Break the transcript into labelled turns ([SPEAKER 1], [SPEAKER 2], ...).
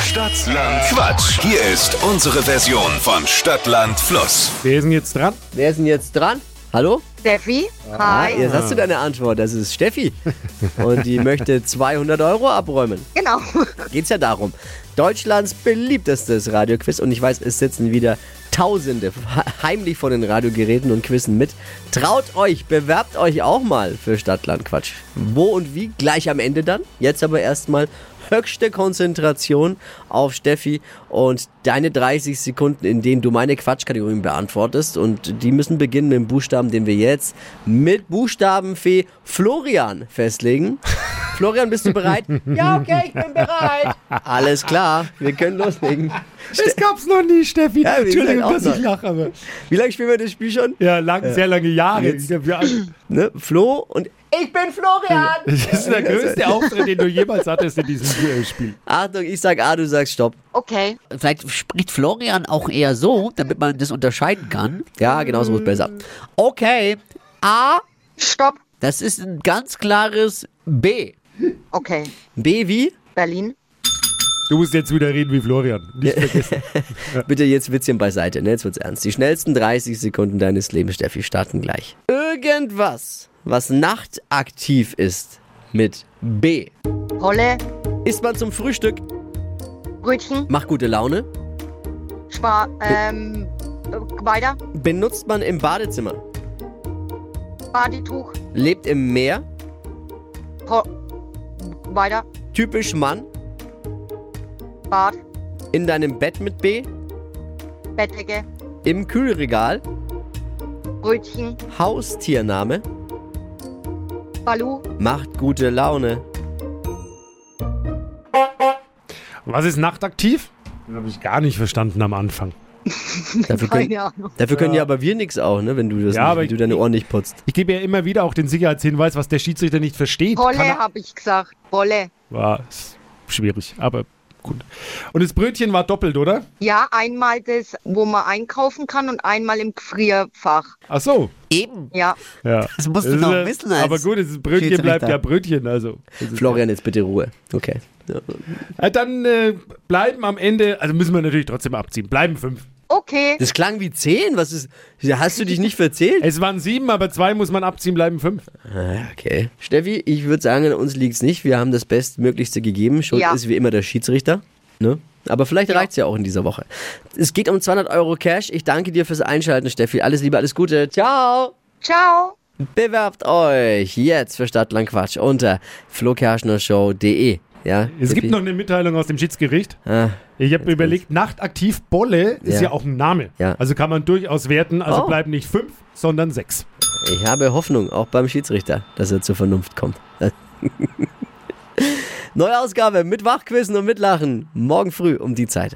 [SPEAKER 1] Stadtland Quatsch. Hier ist unsere Version von Stadtland Fluss.
[SPEAKER 2] Wer ist denn jetzt dran?
[SPEAKER 3] Wer ist denn jetzt dran? Hallo?
[SPEAKER 4] Steffi,
[SPEAKER 3] Ah,
[SPEAKER 4] hi.
[SPEAKER 3] jetzt hast du deine Antwort. Das ist Steffi. Und die möchte 200 Euro abräumen.
[SPEAKER 4] Genau.
[SPEAKER 3] Geht's ja darum. Deutschlands beliebtestes Radioquiz. Und ich weiß, es sitzen wieder Tausende heimlich vor den Radiogeräten und Quizzen mit. Traut euch, bewerbt euch auch mal für Stadtlandquatsch. Wo und wie? Gleich am Ende dann. Jetzt aber erstmal höchste Konzentration auf Steffi und deine 30 Sekunden, in denen du meine Quatschkategorien beantwortest. Und die müssen beginnen mit dem Buchstaben, den wir jetzt mit Buchstabenfee Florian festlegen. Florian, bist du bereit? ja, okay, ich bin bereit. Alles klar, wir können loslegen.
[SPEAKER 2] Es gab's noch nie, Steffi.
[SPEAKER 3] Ja, wie
[SPEAKER 2] Entschuldigung,
[SPEAKER 3] gesagt, auch
[SPEAKER 2] dass ich
[SPEAKER 3] noch.
[SPEAKER 2] lache. Aber
[SPEAKER 3] Wie lange spielen wir das Spiel schon?
[SPEAKER 2] ja, lang, sehr lange Jahre.
[SPEAKER 3] Jetzt-
[SPEAKER 2] Ich glaub, ja,
[SPEAKER 3] Ne? Flo und ich bin Florian.
[SPEAKER 2] das ist der größte
[SPEAKER 5] also.
[SPEAKER 2] Auftritt, den du jemals hattest in diesem äh, Spiel.
[SPEAKER 3] Achtung, ich sag A, du sagst Stopp.
[SPEAKER 4] Okay.
[SPEAKER 5] Vielleicht spricht Florian auch eher so, damit man das unterscheiden kann.
[SPEAKER 3] Ja, genau so ist besser.
[SPEAKER 5] Okay, A,
[SPEAKER 4] Stopp.
[SPEAKER 5] das ist ein ganz klares B.
[SPEAKER 4] Okay.
[SPEAKER 3] B wie?
[SPEAKER 4] Berlin.
[SPEAKER 2] Du musst jetzt wieder reden wie Florian. Nicht vergessen.
[SPEAKER 3] Bitte jetzt Witzchen beiseite, ne? jetzt wird's ernst. Die schnellsten 30 Sekunden deines Lebens, Steffi, starten gleich. Irgendwas, was nachtaktiv ist mit B.
[SPEAKER 4] Holle.
[SPEAKER 3] Isst man zum Frühstück,
[SPEAKER 4] Brötchen.
[SPEAKER 3] macht gute Laune.
[SPEAKER 4] Spar. Ähm. äh, Weiter.
[SPEAKER 3] Benutzt man im Badezimmer,
[SPEAKER 4] Badetuch.
[SPEAKER 3] lebt im Meer.
[SPEAKER 4] Ho weiter.
[SPEAKER 3] Typisch Mann,
[SPEAKER 4] Bad.
[SPEAKER 3] in deinem Bett mit B.
[SPEAKER 4] Bettdecke.
[SPEAKER 3] Im Kühlregal,
[SPEAKER 4] Brötchen.
[SPEAKER 3] Haustiername,
[SPEAKER 4] Balu.
[SPEAKER 3] macht gute Laune.
[SPEAKER 2] Was ist nachtaktiv? Das habe ich gar nicht verstanden am Anfang.
[SPEAKER 3] Dafür können,
[SPEAKER 4] Keine Ahnung.
[SPEAKER 3] dafür können ja aber wir nichts auch, ne? wenn du, das
[SPEAKER 2] Ja,
[SPEAKER 3] nicht,
[SPEAKER 2] aber
[SPEAKER 3] wenn
[SPEAKER 2] ich-
[SPEAKER 3] du deine Ohren nicht putzt.
[SPEAKER 2] Ich gebe ja immer wieder auch den Sicherheitshinweis, was der Schiedsrichter nicht versteht. Kann
[SPEAKER 4] Holle
[SPEAKER 2] er-
[SPEAKER 4] habe ich gesagt. Wolle.
[SPEAKER 2] War s- schwierig, aber gut. Und das Brötchen war doppelt, oder?
[SPEAKER 4] Ja, einmal das, wo man einkaufen kann und einmal im Gefrierfach.
[SPEAKER 2] Ach so.
[SPEAKER 5] Eben.
[SPEAKER 4] Ja.
[SPEAKER 2] Ja.
[SPEAKER 5] Das musst du
[SPEAKER 2] ist,
[SPEAKER 5] doch
[SPEAKER 2] äh,
[SPEAKER 5] wissen als
[SPEAKER 2] Aber gut, das Brötchen
[SPEAKER 5] Schiedsrichter.
[SPEAKER 2] bleibt ja Brötchen. Also, das ist-
[SPEAKER 3] Florian, jetzt bitte Ruhe. Okay.
[SPEAKER 2] Äh, Dann äh, bleiben am Ende, also müssen wir natürlich trotzdem abziehen. Bleiben fünf.
[SPEAKER 4] Okay.
[SPEAKER 3] Das klang wie 10. Was ist. Hast du dich nicht verzählt?
[SPEAKER 2] Es waren sieben, aber zwei muss man abziehen, bleiben fünf.
[SPEAKER 3] Ah, Okay. Steffi, ich würde sagen, an uns liegt's nicht. Wir haben das Bestmöglichste gegeben. Schuld
[SPEAKER 4] Ja.
[SPEAKER 3] ist wie immer der Schiedsrichter. Ne? Aber vielleicht
[SPEAKER 4] Ja.
[SPEAKER 3] reicht's ja auch in dieser Woche. Es geht um 200 Euro Cash. Ich danke dir fürs Einschalten, Steffi. Alles Liebe, alles Gute. Ciao.
[SPEAKER 4] Ciao.
[SPEAKER 3] Bewerbt euch jetzt für Stadtland Quatsch unter flokerschnershow.de. Ja,
[SPEAKER 2] Es
[SPEAKER 3] Steffi?
[SPEAKER 2] gibt noch eine Mitteilung aus dem Schiedsgericht.
[SPEAKER 3] Ah,
[SPEAKER 2] Ich habe überlegt, nachtaktiv Bolle ist
[SPEAKER 3] Ja.
[SPEAKER 2] ja auch ein Name.
[SPEAKER 3] Ja.
[SPEAKER 2] Also kann man durchaus werten. Also
[SPEAKER 3] Oh.
[SPEAKER 2] bleiben nicht fünf, sondern sechs.
[SPEAKER 3] Ich habe Hoffnung, auch beim Schiedsrichter, dass er zur Vernunft kommt. Neue Ausgabe mit Wachquissen und Mitlachen. Morgen früh um die Zeit.